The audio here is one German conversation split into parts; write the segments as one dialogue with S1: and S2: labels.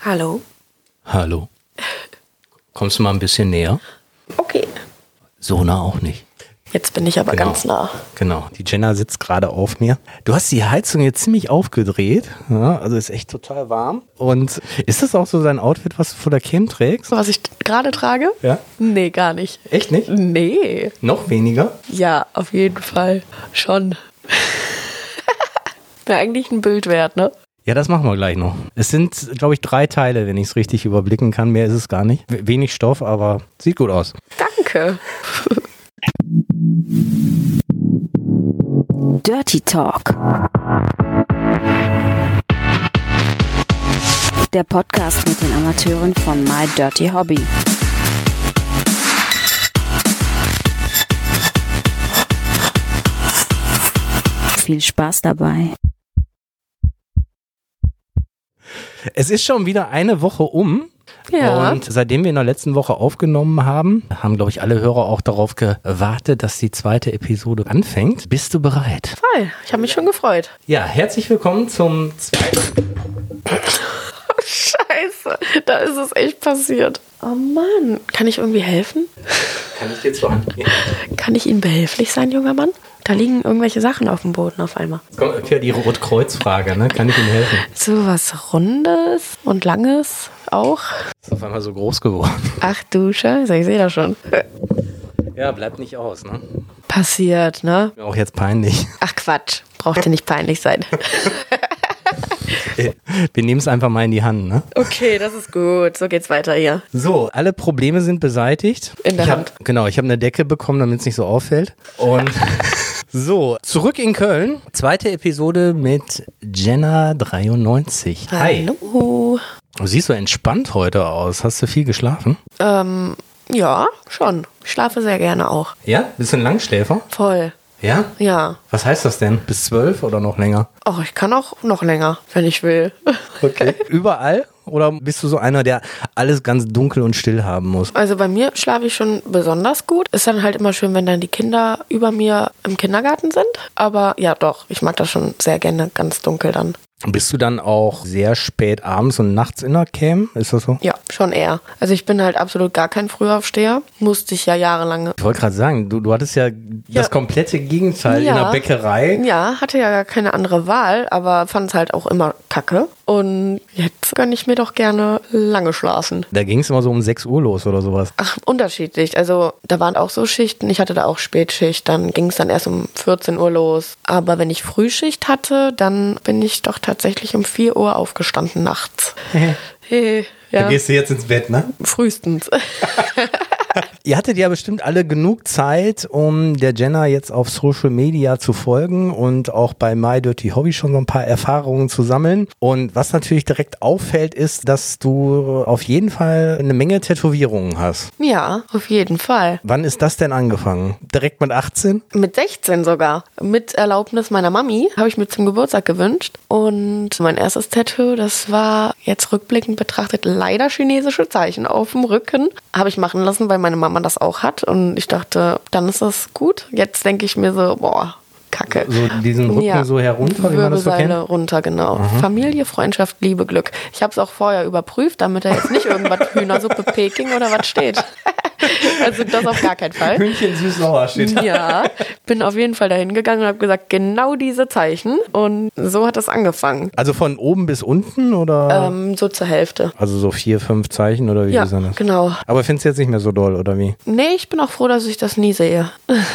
S1: Hallo?
S2: Hallo. Kommst du mal ein bisschen näher?
S1: Okay.
S2: So nah auch nicht.
S1: Jetzt bin ich aber
S2: Genau.
S1: ganz nah.
S2: Genau, die Jenna sitzt gerade auf mir. Du hast die Heizung jetzt ziemlich aufgedreht. Ja, also ist echt total warm. Und ist das auch so dein Outfit, was du vor der Cam trägst?
S1: Was ich gerade trage?
S2: Ja.
S1: Nee, gar nicht.
S2: Echt nicht?
S1: Nee.
S2: Noch weniger?
S1: Ja, auf jeden Fall. Schon. Wäre eigentlich ein Bild wert, ne?
S2: Ja, das machen wir gleich noch. Es sind, glaube ich, drei Teile, wenn ich es richtig überblicken kann. Mehr ist es gar nicht. W- Wenig Stoff, aber sieht gut aus.
S1: Danke.
S3: Dirty Talk. Der Podcast mit den Amateuren von My Dirty Hobby. Viel Spaß dabei.
S2: Es ist schon wieder eine Woche um.
S1: Ja.
S2: Und seitdem wir in der letzten Woche aufgenommen haben, haben, glaube ich, alle Hörer auch darauf gewartet, dass die zweite Episode anfängt. Bist du bereit?
S1: Hi, ich habe mich schon gefreut.
S2: Ja, herzlich willkommen zum zweiten.
S1: Scheiße, da ist es echt passiert. Oh Mann. Kann ich irgendwie helfen?
S2: Kann ich dir zur Hand gehen?
S1: Kann ich Ihnen behilflich sein, junger Mann? Da liegen irgendwelche Sachen auf dem Boden auf einmal.
S2: Jetzt kommt wieder die Rotkreuz-Frage, ne? Kann ich Ihnen helfen?
S1: So was Rundes und Langes auch.
S2: Ist auf einmal so groß geworden.
S1: Ach du Scheiße, ich sehe das schon.
S2: Ja, bleibt nicht aus, ne?
S1: Passiert, ne?
S2: Mir auch jetzt peinlich.
S1: Ach Quatsch, braucht ja nicht peinlich sein.
S2: Wir nehmen es einfach mal in die Hand, ne?
S1: Okay, das ist gut. So geht's weiter hier.
S2: So, alle Probleme sind beseitigt.
S1: In der
S2: ich
S1: Hand.
S2: Hab, genau, ich habe eine Decke bekommen, damit es nicht so auffällt. Und so, zurück in Köln. Zweite Episode mit Jenna93.
S1: Hallo.
S2: Du siehst so entspannt heute aus. Hast du viel geschlafen?
S1: Ähm, ja, schon. Ich schlafe sehr gerne auch.
S2: Ja? Bist du ein Langschläfer?
S1: Voll.
S2: Ja?
S1: Ja.
S2: Was heißt das denn? Bis zwölf oder noch länger?
S1: Ach, ich kann auch noch länger, wenn ich will.
S2: Okay. Überall? Oder bist du so einer, der alles ganz dunkel und still haben muss?
S1: Also bei mir schlafe ich schon besonders gut. Ist dann halt immer schön, wenn dann die Kinder über mir im Kindergarten sind. Aber ja, doch, ich mag das schon sehr gerne ganz dunkel dann.
S2: Bist du dann auch sehr spät abends und nachts in der Cam? Ist das so?
S1: Ja, schon eher. Also ich bin halt absolut gar kein Frühaufsteher. Musste ich ja jahrelang.
S2: Ich wollte gerade sagen, du, du hattest ja, das komplette Gegenteil in
S1: Ja.
S2: der Bäckerei.
S1: Ja, hatte ja gar keine andere Wahl, aber fand es halt auch immer kacke. Und jetzt gönne ich mir doch gerne lange schlafen.
S2: Da ging es immer so um 6 Uhr los oder sowas.
S1: Ach, unterschiedlich. Also da waren auch so Schichten. Ich hatte da auch Spätschicht. Dann ging es dann erst um 14 Uhr los. Aber wenn ich Frühschicht hatte, dann bin ich doch tatsächlich um 4 Uhr aufgestanden nachts. hey, ja,
S2: du jetzt ins Bett, ne?
S1: frühestens.
S2: Ihr hattet ja bestimmt alle genug Zeit, um der Jenna jetzt auf Social Media zu folgen und auch bei My Dirty Hobby schon so ein paar Erfahrungen zu sammeln. Und was natürlich direkt auffällt, ist, dass du auf jeden Fall eine Menge Tätowierungen hast.
S1: ja, auf jeden Fall.
S2: Wann ist das denn angefangen? Direkt mit 18?
S1: Mit 16 sogar. Mit Erlaubnis meiner Mami habe ich mir zum Geburtstag gewünscht. Und mein erstes Tattoo, das war jetzt rückblickend betrachtet leider chinesische Zeichen auf dem Rücken. Habe ich machen lassen, weil meine Mama das auch hat. Und ich dachte, dann ist das gut. Jetzt denke ich mir so, boah, kacke.
S2: So diesen Rücken so herunter, wie man das so
S1: Wirbelsäule
S2: kennt?
S1: runter, genau. Familie, Freundschaft, Liebe, Glück. Ich habe es auch vorher überprüft, damit da jetzt nicht irgendwas Hühnersuppe Peking oder was steht. also das auf gar keinen Fall.
S2: Hühnchen süß-sauer steht
S1: Ja, bin auf jeden Fall dahin gegangen und habe gesagt, genau diese Zeichen. Und so hat das angefangen.
S2: Also von oben bis unten oder?
S1: Ähm, so zur Hälfte.
S2: Also so vier, fünf Zeichen oder wie
S1: Ja,
S2: ist das?
S1: genau.
S2: Aber findest du jetzt nicht mehr so doll oder wie?
S1: Nee, ich bin auch froh, dass ich das nie sehe.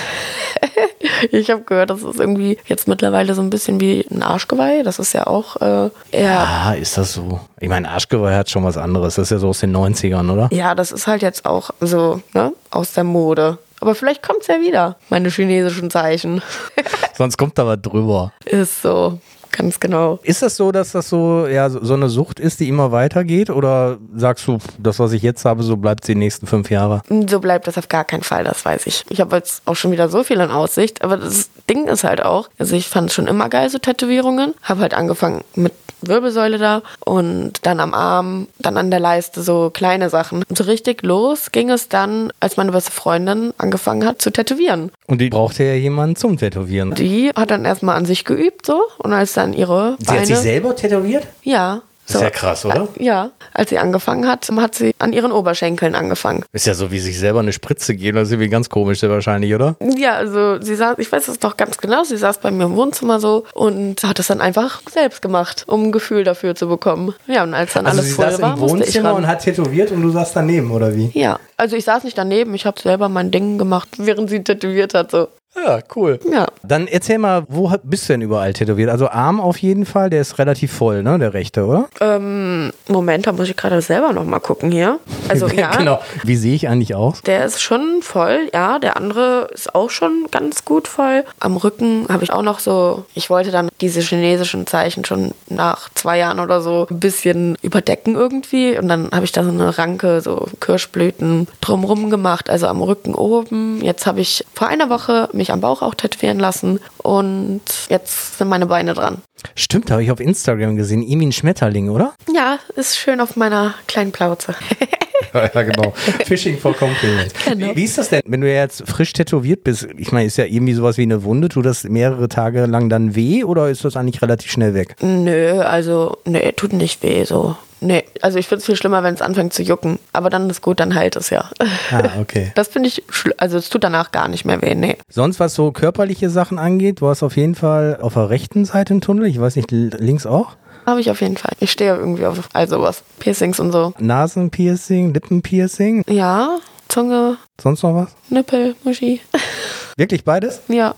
S1: Ich habe gehört, das ist irgendwie jetzt mittlerweile so ein bisschen wie ein Arschgeweih. Das ist ja auch äh, eher.
S2: Ah, ist das so? Ich meine, Arschgeweih hat schon was anderes. Das ist ja so aus den 90ern, oder?
S1: Ja, das ist halt jetzt auch so, ne? Aus der Mode. Aber vielleicht kommt's ja wieder, meine chinesischen Zeichen.
S2: Sonst kommt da was drüber.
S1: ist so, ganz genau.
S2: Ist das so, dass das so, ja, so so eine Sucht ist, die immer weitergeht? Oder sagst du, pff, das, was ich jetzt habe, so bleibt es die nächsten fünf Jahre?
S1: So bleibt das auf gar keinen Fall, das weiß ich. Ich habe jetzt auch schon wieder so viel in Aussicht, aber das Ding ist halt auch, also ich fand schon immer geil, so Tätowierungen. Habe halt angefangen mit Wirbelsäule da und dann am Arm, dann an der Leiste, so kleine Sachen. Und so richtig los ging es dann, als meine beste Freundin angefangen hat zu tätowieren.
S2: Und die brauchte ja jemanden zum Tätowieren.
S1: Die hat dann erstmal an sich geübt so und als dann ihre Beine...
S2: selber tätowiert?
S1: ja, So. äh,
S4: Ist ja krass, oder?
S1: Ja, als sie angefangen hat, hat sie an ihren Oberschenkeln angefangen.
S4: Ist ja so, wie sich selber eine Spritze geben. Das ist irgendwie ganz komisch, sehr wahrscheinlich, oder?
S1: Ja, also sie saß, ich weiß es noch ganz genau, sie saß bei mir im Wohnzimmer so und hat es dann einfach selbst gemacht, um ein Gefühl dafür zu bekommen. Ja, und als dann
S2: Also
S1: alles
S2: sie
S1: voll
S2: saß
S1: war,
S2: im
S1: musste ich
S2: Wohnzimmer
S1: ran.
S2: und hat tätowiert und du saßt daneben, oder wie?
S1: ja, also ich saß nicht daneben, ich habe selber mein Ding gemacht, während sie tätowiert hat, so.
S2: Ja, cool.
S1: Ja.
S2: Dann erzähl mal, wo hat- bist du denn überall tätowiert? Also Arm auf jeden Fall, der ist relativ voll, ne, der rechte, oder?
S1: Ähm, Moment, da muss ich gerade selber nochmal gucken hier. Also ja,
S2: genau. Wie sehe ich eigentlich aus?
S1: Der ist schon voll, ja. Der andere ist auch schon ganz gut voll. Am Rücken habe ich auch noch so, ich wollte dann diese chinesischen Zeichen schon nach zwei Jahren oder so ein bisschen überdecken irgendwie. Und dann habe ich da so eine Ranke, so Kirschblüten drumrum gemacht, also am Rücken oben. Jetzt habe ich vor einer Woche mich am Bauch auch tätowieren lassen und jetzt sind meine Beine dran.
S2: Stimmt, habe ich auf Instagram gesehen. Emin Schmetterling, oder?
S1: Ja, ist schön auf meiner kleinen Plauze.
S2: ja, genau. Fishing for Compliments. Wie ist das denn, wenn du jetzt frisch tätowiert bist? Ich meine, ist ja irgendwie sowas wie eine Wunde. Tut das mehrere Tage lang dann weh oder ist das eigentlich relativ schnell weg?
S1: Nö, also, nee, tut nicht weh, so. Nee, also ich finde es viel schlimmer, wenn es anfängt zu jucken. Aber dann ist gut, dann heilt es ja.
S2: Ah, okay.
S1: Das finde ich, schl- also es tut danach gar nicht mehr weh, nee.
S2: Sonst, was so körperliche Sachen angeht, du hast auf jeden Fall auf der rechten Seite einen Tunnel. Ich weiß nicht, l- links auch?
S1: Habe ich auf jeden Fall. Ich stehe irgendwie auf all sowas. Piercings und so.
S2: Nasenpiercing, Lippenpiercing,
S1: Ja, Zunge,
S2: sonst noch was?
S1: Nippel, Muschi.
S2: Wirklich beides?
S1: Ja,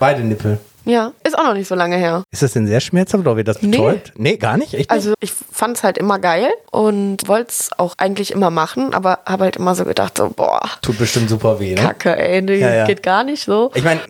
S2: Beide Nippel.
S1: ja. Ist auch noch nicht so lange her.
S2: Ist das denn sehr schmerzhaft oder wird das
S1: Nee.
S2: betäubt? Nee, gar nicht? Echt? nicht?
S1: Also ich fand es halt immer geil und wollte es auch eigentlich immer machen, aber habe halt immer so gedacht, so, boah,
S2: Tut bestimmt super weh, ne?
S1: Kacke, ey, nee,
S2: Ja, ja.
S1: geht gar nicht so.
S2: Ich meine,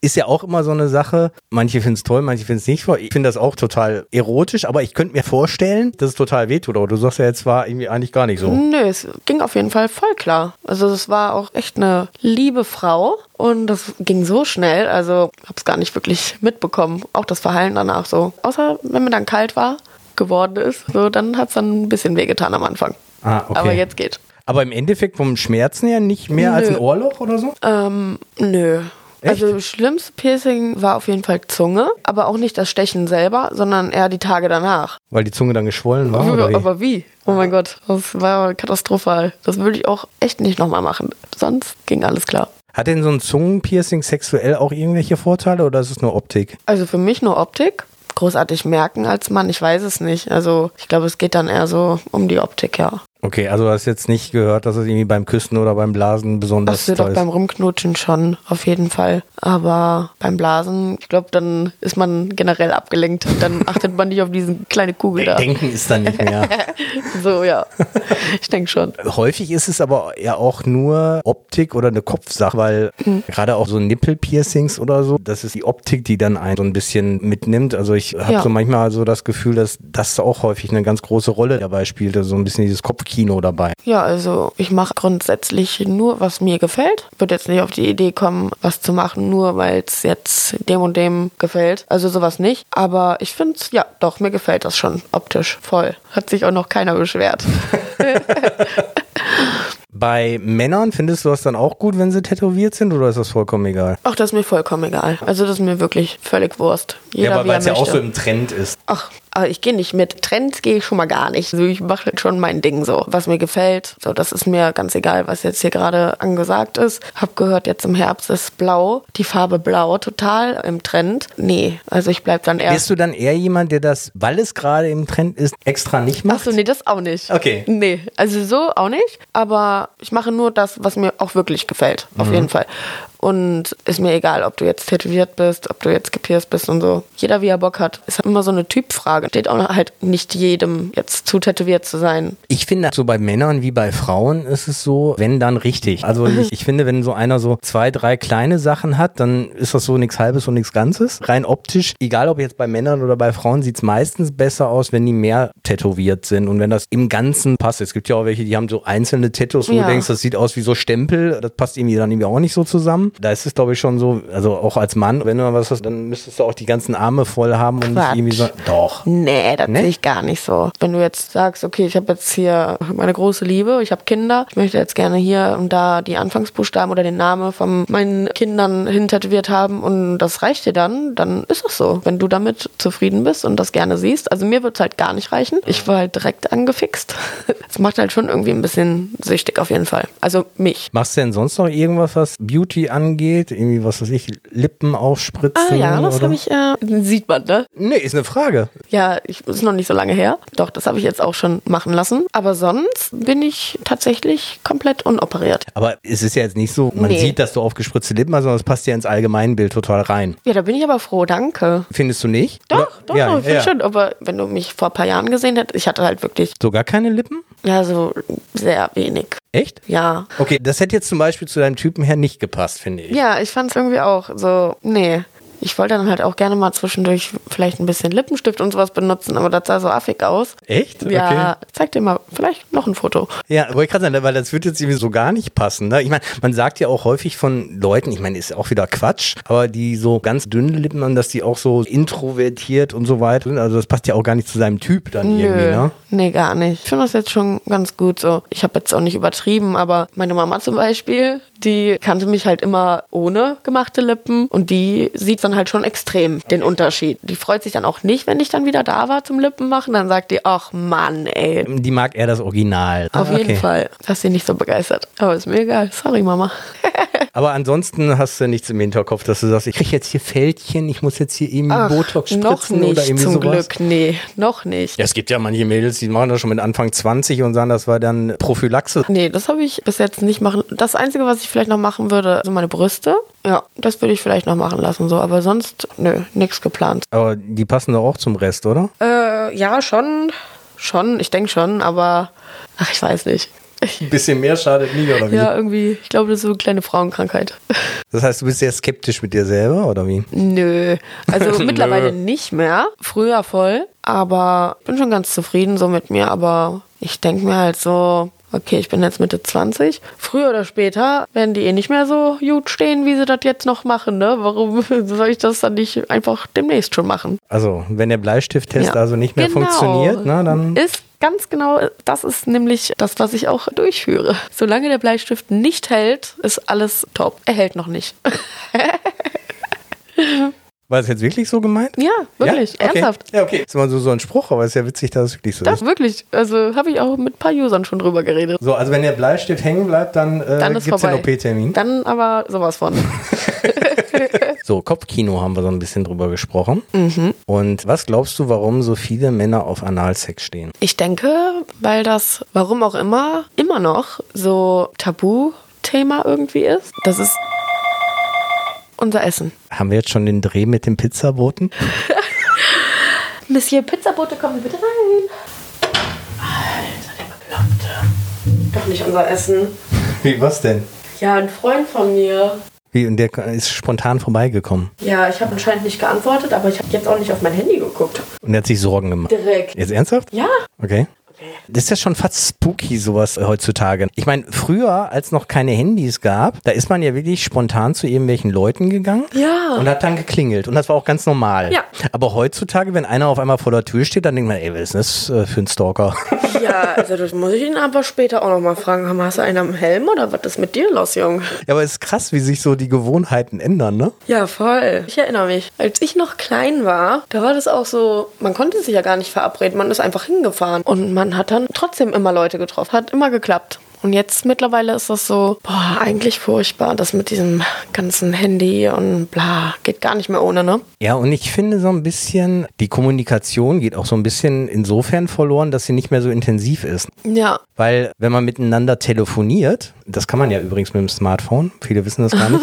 S2: ist ja auch immer so eine Sache. Manche finden es toll, manche finden es nicht toll. Ich finde das auch total erotisch, aber ich könnte mir vorstellen, dass es total wehtut. Aber du sagst ja jetzt, war irgendwie eigentlich gar nicht so.
S1: Nö, es ging auf jeden Fall voll klar. Also es war auch echt eine liebe Frau und das ging so schnell, also hab's gar nicht wirklich mitbekommen. Auch das Verheilen danach so. Außer wenn mir dann kalt war, geworden ist, so dann hat's dann ein bisschen wehgetan am Anfang.
S2: Ah, okay.
S1: Aber jetzt geht.
S2: Aber im Endeffekt vom Schmerzen her nicht mehr als
S1: Nö.
S2: ein Ohrloch oder so?
S1: Ähm, nö. Also das schlimmste Piercing war auf jeden Fall Zunge, aber auch nicht das Stechen selber, sondern eher die Tage danach.
S2: Weil die Zunge dann geschwollen war? Oder wie?
S1: Aber wie? Oh mein Gott, das war katastrophal. Das würde ich auch echt nicht nochmal machen. Sonst ging alles klar.
S2: Hat denn so ein Zungenpiercing sexuell auch irgendwelche Vorteile oder ist es nur Optik?
S1: Also für mich nur Optik. Großartig merken als Mann, ich weiß es nicht. Also ich glaube, es geht dann eher so um die Optik, ja.
S2: Okay, also du hast jetzt nicht gehört, dass es irgendwie beim Küssen oder beim Blasen
S1: Das
S2: besonders
S1: wird
S2: toll
S1: auch
S2: ist.
S1: beim Rumknutschen schon, auf jeden Fall. Aber beim Blasen, ich glaube, dann ist man generell abgelenkt. Dann achtet man nicht auf diese kleine Kugel da.
S2: Denken ist dann nicht mehr.
S1: So, ja. Ich denke schon.
S2: Häufig ist es aber ja auch nur Optik oder eine Kopfsache, weil
S1: Hm.
S2: gerade auch so Nippelpiercings oder so, das ist die Optik, die dann einen so ein bisschen mitnimmt. Also ich habe
S1: Ja.
S2: so manchmal so das Gefühl, dass das auch häufig eine ganz große Rolle dabei spielt, also so ein bisschen dieses Kopfkino dabei.
S1: Ja, also ich mache grundsätzlich nur, was mir gefällt. Würde jetzt nicht auf die Idee kommen, was zu machen, nur weil es jetzt dem und dem gefällt. Also sowas nicht. Aber ich finde es, ja, doch, mir gefällt das schon optisch voll. Hat sich auch noch keiner beschwert.
S2: Bei Männern findest du das dann auch gut, wenn sie tätowiert sind oder ist das vollkommen egal?
S1: Auch das ist mir vollkommen egal. Also das ist mir wirklich völlig Wurst. Jeder, wie er möchte.
S2: im Trend ist.
S1: Ach, aber ich gehe nicht mit. Trends gehe ich schon mal gar nicht. Also ich mache halt schon mein Ding so, was mir gefällt. So, das ist mir ganz egal, was jetzt hier gerade angesagt ist. Hab gehört, jetzt im Herbst ist blau, die Farbe blau total im Trend. Nee, also ich bleib dann eher.
S2: Bist du dann eher jemand, der das, weil es gerade im Trend ist, extra nicht macht?
S1: Achso, nee, das auch nicht.
S2: Okay.
S1: Nee, also so auch nicht. Aber ich mache nur das, was mir auch wirklich gefällt. Auf
S2: Mhm.
S1: jeden Fall. Und ist mir egal, ob du jetzt tätowiert bist, ob du jetzt gepierst bist und so. Jeder, wie er Bock hat. Ist halt immer so eine Typfrage. Steht auch halt nicht jedem, jetzt zu tätowiert zu sein.
S2: Ich finde, so bei Männern wie bei Frauen ist es so, wenn dann richtig. Also ich, ich finde, wenn so einer so zwei, drei kleine Sachen hat, dann ist das so nichts Halbes und nichts Ganzes. Rein optisch, egal ob jetzt bei Männern oder bei Frauen, sieht es meistens besser aus, wenn die mehr tätowiert sind und wenn das im Ganzen passt. Es gibt ja auch welche, die haben so einzelne Tattoos, wo
S1: Ja.
S2: du denkst, das sieht aus wie so Stempel, das passt irgendwie dann irgendwie auch nicht so zusammen. haben. Da ist es, glaube ich, schon so, also auch als Mann, wenn du mal was hast, dann müsstest du auch die ganzen Arme voll haben und nicht
S1: Quatsch.
S2: irgendwie so. Doch.
S1: Nee, das
S2: Nee?
S1: sehe ich gar nicht so. Wenn du jetzt sagst, okay, ich habe jetzt hier meine große Liebe, ich habe Kinder, ich möchte jetzt gerne hier und da die Anfangsbuchstaben oder den Namen von meinen Kindern hintätowiert haben und das reicht dir dann, dann ist es so. Wenn du damit zufrieden bist und das gerne siehst, also mir wird es halt gar nicht reichen. Ich war halt direkt angefixt. Das macht halt schon irgendwie ein bisschen süchtig auf jeden Fall. Also mich.
S2: Machst du denn sonst noch irgendwas, was Beauty angeht? Irgendwie, was weiß ich, Lippen aufspritzen?
S1: Ah ja, das
S2: oder?
S1: habe ich, äh, sieht man, ne?
S2: Nee, ist eine Frage.
S1: Ja, ich, ist noch nicht so lange her. Doch, das habe ich jetzt auch schon machen lassen. Aber sonst bin ich tatsächlich komplett unoperiert.
S2: Aber es ist ja jetzt nicht so, man
S1: Nee.
S2: sieht, dass du aufgespritzte Lippen hast, sondern es passt ja ins Allgemeinbild total rein.
S1: Ja, da bin ich aber froh, danke.
S2: Findest du nicht?
S1: Doch,
S2: Oder-
S1: doch,
S2: ja,
S1: doch, ich
S2: ja.
S1: schon. Aber wenn du mich vor ein paar Jahren gesehen hättest, ich hatte halt wirklich,
S2: So gar keine Lippen?
S1: ja, so sehr wenig.
S2: Echt?
S1: Ja.
S2: Okay, das hätte jetzt zum Beispiel zu deinem Typen her nicht gepasst, finde ich.
S1: Ja, ich fand es irgendwie auch so, nee. Ich wollte dann halt auch gerne mal zwischendurch vielleicht ein bisschen Lippenstift und sowas benutzen, aber das sah so affig aus.
S2: Echt?
S1: Ja, zeig dir mal vielleicht noch ein Foto.
S2: Ja, wollte ich gerade sagen, weil das würde jetzt irgendwie so gar nicht passen. Ne? Ich meine, man sagt ja auch häufig von Leuten, ich meine, ist auch wieder Quatsch, aber die so ganz dünne Lippen haben, dass die auch so introvertiert und so weiter sind. Also das passt ja auch gar nicht zu seinem Typ dann irgendwie, ne?
S1: Nee, gar nicht. Ich finde das jetzt schon ganz gut so. Ich habe jetzt auch nicht übertrieben, aber meine Mama zum Beispiel, die kannte mich halt immer ohne gemachte Lippen und die sieht dann halt schon extrem den Unterschied. Die freut sich dann auch nicht, wenn ich dann wieder da war zum Lippen machen. Dann sagt die, ach Mann, ey.
S2: Die mag eher das Original.
S1: Auf
S2: Ah, okay.
S1: jeden Fall. Das ist sie nicht so begeistert. Aber ist mir egal. Sorry, Mama.
S2: Aber ansonsten hast du nichts im Hinterkopf, dass du sagst, ich kriege jetzt hier Fältchen, ich muss jetzt hier irgendwie
S1: Ach,
S2: Botox spritzen
S1: noch nicht,
S2: oder irgendwie
S1: zum
S2: sowas.
S1: Glück. Nee, noch nicht.
S2: Ja, es gibt ja manche Mädels, die machen das schon mit Anfang 20 und sagen, das war dann Prophylaxe.
S1: Nee, das habe ich bis jetzt nicht machen. Das Einzige, was ich vielleicht noch machen würde, sind meine Brüste. Ja, das würde ich vielleicht noch machen lassen, so. Aber sonst, nö, nichts geplant.
S2: Aber die passen doch auch zum Rest, oder?
S1: Äh, ja, schon. Schon, ich denke schon, aber ach, ich weiß nicht.
S2: Ein bisschen mehr schadet nie, oder wie?
S1: Ja, irgendwie, ich glaube, das ist so eine kleine Frauenkrankheit.
S2: Das heißt, du bist sehr skeptisch mit dir selber, oder wie?
S1: Nö. Also
S2: Nö.
S1: mittlerweile nicht mehr. Früher voll. Aber bin schon ganz zufrieden so mit mir. Aber ich denke mir halt so, okay, ich bin jetzt Mitte 20. Früher oder später werden die eh nicht mehr so gut stehen, wie sie das jetzt noch machen. Ne? Warum soll ich das dann nicht einfach demnächst schon machen?
S2: Also, wenn der
S1: Ja.
S2: Bleistifttest also nicht mehr
S1: Genau.
S2: funktioniert, ne, dann.
S1: Ist ganz genau, das ist nämlich das, was ich auch durchführe. Solange der Bleistift nicht hält, ist alles top. Er hält noch nicht.
S2: War das jetzt wirklich so gemeint?
S1: Ja, wirklich,
S2: okay.
S1: ernsthaft.
S2: Ja, okay. Ist immer so, so ein Spruch, aber ist ja witzig, dass es wirklich so
S1: Das
S2: ist.
S1: wirklich. Also habe ich auch mit ein paar Usern schon drüber geredet.
S2: So, also wenn der Bleistift hängen bleibt, dann, äh,
S1: Dann ist
S2: gibt's
S1: vorbei.
S2: den OP-Termin.
S1: Dann aber sowas von.
S2: So, Kopfkino haben wir so ein bisschen drüber gesprochen.
S1: Mhm.
S2: Und was glaubst du, warum so viele Männer auf Analsex stehen?
S1: Ich denke, weil das, warum auch immer, immer noch so Tabuthema irgendwie ist. Das ist unser Essen.
S2: Haben wir jetzt schon den Dreh mit dem Pizzaboten?
S1: Monsieur Pizzabote, kommen Sie bitte rein. Alter, der Bekloppte. Doch nicht unser Essen.
S2: Wie, was denn?
S1: Ja, ein Freund von mir.
S2: Wie, und der ist spontan vorbeigekommen.
S1: Ja, ich habe anscheinend nicht geantwortet, aber ich habe jetzt auch nicht auf mein Handy geguckt.
S2: Und er hat sich Sorgen gemacht.
S1: Direkt.
S2: Jetzt ernsthaft?
S1: Ja.
S2: Okay. Das ist ja schon fast spooky, sowas heutzutage. Ich meine, früher, als noch keine Handys gab, da ist man ja wirklich spontan zu irgendwelchen Leuten gegangen
S1: Ja.
S2: und hat dann geklingelt. Und das war auch ganz normal.
S1: Ja.
S2: Aber heutzutage, wenn einer auf einmal vor der Tür steht, dann denkt man, ey, was ist denn das äh, für ein Stalker?
S1: Ja, also das muss ich ihn aber später auch nochmal fragen. Hast du einen am Helm oder was ist mit dir los, Junge?
S2: ja, aber es ist krass, wie sich so die Gewohnheiten ändern, ne?
S1: Ja, voll. Ich erinnere mich. Als ich noch klein war, da war das auch so, man konnte sich ja gar nicht verabreden, man ist einfach hingefahren. Und man hat dann trotzdem immer Leute getroffen, hat immer geklappt. Und jetzt mittlerweile ist das so, boah, eigentlich furchtbar, das mit diesem ganzen Handy und bla, geht gar nicht mehr ohne, ne?
S2: Ja, und ich finde so ein bisschen, die Kommunikation geht auch so ein bisschen insofern verloren, dass sie nicht mehr so intensiv ist.
S1: Ja,
S2: Weil wenn man miteinander telefoniert, das kann man ja übrigens mit dem Smartphone, viele wissen das gar nicht.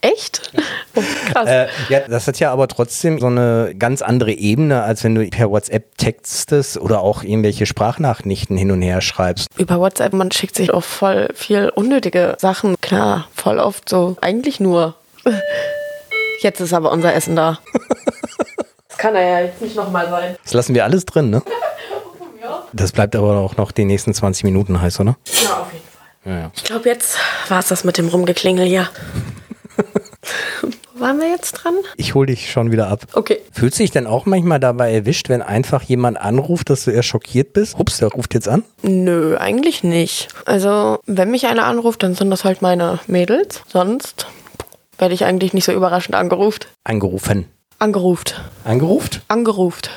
S1: echt? Oh, krass.
S2: Äh, ja, das hat ja aber trotzdem so eine ganz andere Ebene, als wenn du per WhatsApp textest oder auch irgendwelche Sprachnachrichten hin und her schreibst.
S1: Über WhatsApp, man schickt sich auch voll viel unnötige Sachen. Klar, voll oft so. Eigentlich nur. Jetzt ist aber unser Essen da. Das kann er ja nicht nochmal sein.
S2: Das lassen wir alles drin, ne? Das bleibt aber auch noch die nächsten 20 Minuten heiß, oder?
S1: Ja, auf jeden Fall.
S4: Ja, ja.
S1: Ich glaube, jetzt war es das mit dem Rumgeklingel hier. Wo waren wir jetzt dran?
S2: Ich hole dich schon wieder ab.
S1: Okay.
S2: Fühlst du dich denn auch manchmal dabei erwischt, wenn einfach jemand anruft, dass du eher schockiert bist? Ups, der ruft jetzt an.
S1: Nö, eigentlich nicht. Also, wenn mich einer anruft, dann sind das halt meine Mädels. Sonst werde ich eigentlich nicht so überraschend angeruft.
S2: Angerufen.
S1: Angeruft.
S2: Angeruft?
S1: Angeruft.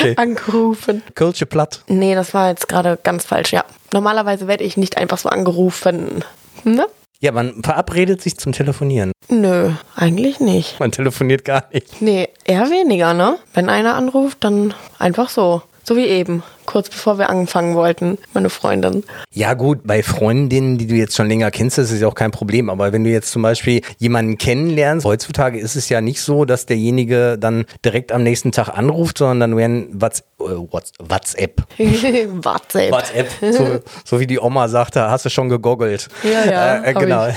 S2: Okay.
S1: Angerufen.
S2: Kölsche platt.
S1: Nee, das war jetzt gerade ganz falsch, ja. Normalerweise werde ich nicht einfach so angerufen. Ne?
S2: Ja, man verabredet sich zum Telefonieren.
S1: Nö, eigentlich nicht.
S2: Man telefoniert gar nicht.
S1: Nee, eher weniger, ne? Wenn einer anruft, dann einfach so. So wie eben, kurz bevor wir anfangen wollten, meine Freundin.
S2: Ja gut, bei Freundinnen, die du jetzt schon länger kennst, das ist ja auch kein Problem. Aber wenn du jetzt zum Beispiel jemanden kennenlernst, heutzutage ist es ja nicht so, dass derjenige dann direkt am nächsten Tag anruft, sondern dann werden Whats äh, Whats WhatsApp.
S1: WhatsApp.
S2: WhatsApp, so, so wie die Oma sagte, hast du schon gegoggelt.
S1: Ja, ja,
S2: Äh, äh,
S1: hab
S2: genau.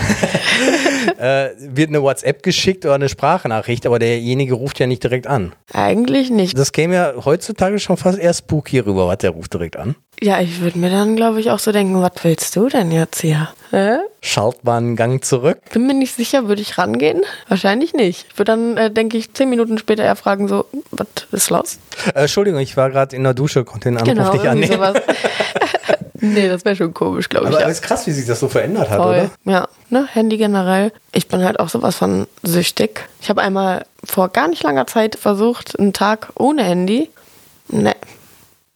S2: äh, wird eine WhatsApp geschickt oder eine Sprachnachricht, aber derjenige ruft ja nicht direkt an.
S1: Eigentlich nicht.
S2: Das käme ja heutzutage schon fast eher spooky rüber, was der ruft direkt an.
S1: Ja, ich würde mir dann, glaube ich, auch so denken, was willst du denn jetzt hier? Hä?
S2: Schalt mal einen Gang zurück.
S1: Bin mir nicht sicher, würde ich rangehen? Wahrscheinlich nicht. Ich würde dann, äh, denke ich, zehn Minuten später eher fragen, so, was ist los?
S2: Äh, Entschuldigung, ich war gerade in der Dusche, konnte den Anruf
S1: Genau,
S2: nicht
S1: irgendwie
S2: annehmen.
S1: sowas. nee, das wäre schon komisch, glaube ich.
S2: Aber
S1: ja.
S2: es ist krass, wie sich das so verändert hat,
S1: Voll.
S2: oder?
S1: Ja, ne, Handy generell. Ich bin halt auch sowas von süchtig. Ich habe einmal vor gar nicht langer Zeit versucht, einen Tag ohne Handy. Ne,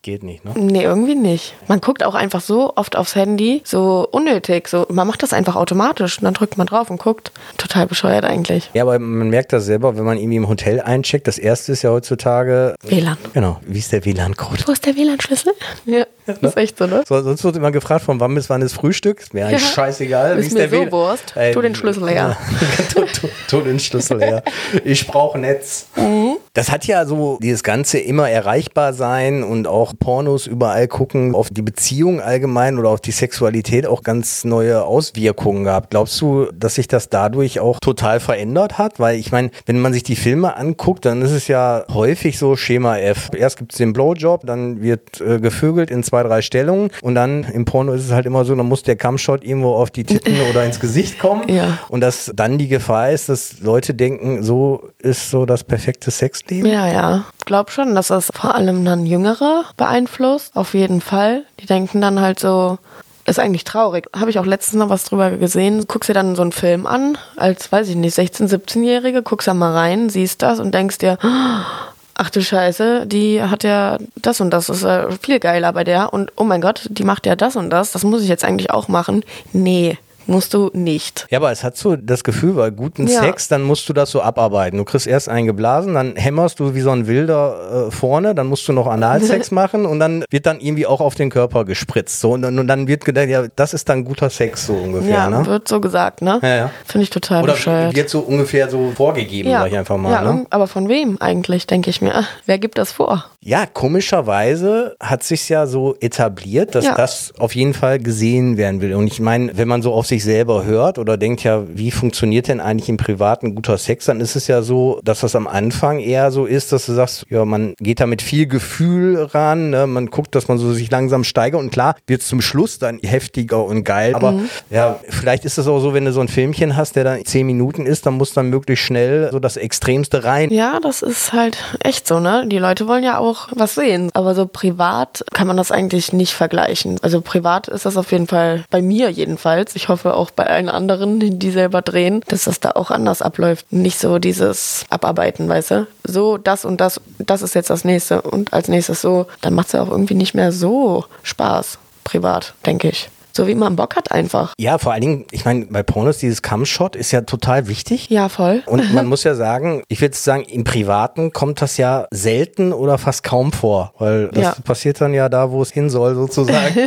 S2: Geht nicht, ne?
S1: nee, irgendwie nicht. Man guckt auch einfach so oft aufs Handy, so unnötig. So, man macht das einfach automatisch und dann drückt man drauf und guckt. Total bescheuert eigentlich.
S2: Ja, aber man merkt das selber, wenn man irgendwie im Hotel eincheckt. Das erste ist ja heutzutage.
S1: WLAN.
S2: Genau, wie ist der WLAN-Code?
S1: Wo ist der WLAN-Schlüssel? Ja, das ist echt so, ne?
S2: So, sonst wird immer gefragt, von wann bis wann ist Frühstück? Ist Mir eigentlich
S1: Ja.
S2: scheißegal.
S1: Ist
S2: wie
S1: mir
S2: der
S1: so
S2: WLAN?
S1: Wurst. Tu den Schlüssel her.
S2: Ja. tu, tu, tu den Schlüssel her. Ich brauche Netz. Das hat ja so dieses Ganze immer erreichbar sein und auch Pornos überall gucken, auf die Beziehung allgemein oder auf die Sexualität auch ganz neue Auswirkungen gehabt. Glaubst du, dass sich das dadurch auch total verändert hat? Weil ich meine, wenn man sich die Filme anguckt, dann ist es ja häufig so Schema F. Erst gibt es den Blowjob, dann wird äh, gevögelt in zwei, drei Stellungen und dann im Porno ist es halt immer so, dann muss der Kampfshot irgendwo auf die Titten oder ins Gesicht kommen.
S1: Ja.
S2: Und dass dann die Gefahr ist, dass Leute denken, so ist so das perfekte Sexleben.
S1: Ja, ja. Glaub schon, dass das vor allem dann Jüngere beeinflusst. Auf jeden Fall. Die denken dann halt so, ist eigentlich traurig. Habe ich auch letztens noch was drüber gesehen. Guckst dir dann so einen Film an, als, weiß ich nicht, 16-, 17-Jährige, guckst da mal rein, siehst das und denkst dir, ach du Scheiße, die hat ja das und das, ist ja viel geiler bei der. Und oh mein Gott, die macht ja das und das, das muss ich jetzt eigentlich auch machen. Nee, musst du nicht.
S2: Ja, aber es hat so das Gefühl, bei guten
S1: Ja.
S2: Sex, dann musst du das so abarbeiten. Du kriegst erst einen geblasen, dann hämmerst du wie so ein Wilder äh, vorne, dann musst du noch Analsex machen und dann wird dann irgendwie auch auf den Körper gespritzt. So, und, dann- und dann wird gedacht, ja, das ist dann guter Sex so ungefähr.
S1: Ja,
S2: ne?
S1: wird so gesagt, ne?
S2: Ja, ja.
S1: Finde ich total
S2: Oder
S1: bescheuert.
S2: wird so ungefähr so vorgegeben, sag ich einfach mal.
S1: ja,
S2: ne?
S1: irgend- aber von wem eigentlich, denke ich mir. Wer gibt das vor?
S2: Ja, komischerweise hat sich's ja so etabliert, dass
S1: Ja.
S2: das auf jeden Fall gesehen werden will. Und ich meine, wenn man so auf sich selber hört oder denkt ja, wie funktioniert denn eigentlich im Privaten guter Sex, dann ist es ja so, dass das am Anfang eher so ist, dass du sagst, ja, man geht da mit viel Gefühl ran, ne? man guckt, dass man so sich langsam steigert und klar wird's zum Schluss dann heftiger und geil. Aber ja, vielleicht ist es auch so, wenn du so ein Filmchen hast, der dann zehn Minuten ist, dann muss dann möglichst schnell so das Extremste rein.
S1: Ja, das ist halt echt so, ne? Die Leute wollen ja auch was sehen. Aber so privat kann man das eigentlich nicht vergleichen. Also privat ist das auf jeden Fall, bei mir jedenfalls, ich hoffe auch bei allen anderen, die die selber drehen, dass das da auch anders abläuft. Nicht so dieses Abarbeiten, weißt du? So, das und das, das ist jetzt das nächste und als nächstes so. Dann macht's ja auch irgendwie nicht mehr so Spaß, privat, denke ich. So wie man Bock hat einfach.
S2: Ja, vor allen Dingen, ich meine, bei Pornos, dieses Cumshot ist ja total wichtig.
S1: Ja, voll.
S2: Und man muss ja sagen, ich würde sagen, im Privaten kommt das ja selten oder fast kaum vor, weil das
S1: Ja.
S2: passiert dann ja da, wo es hin soll, sozusagen.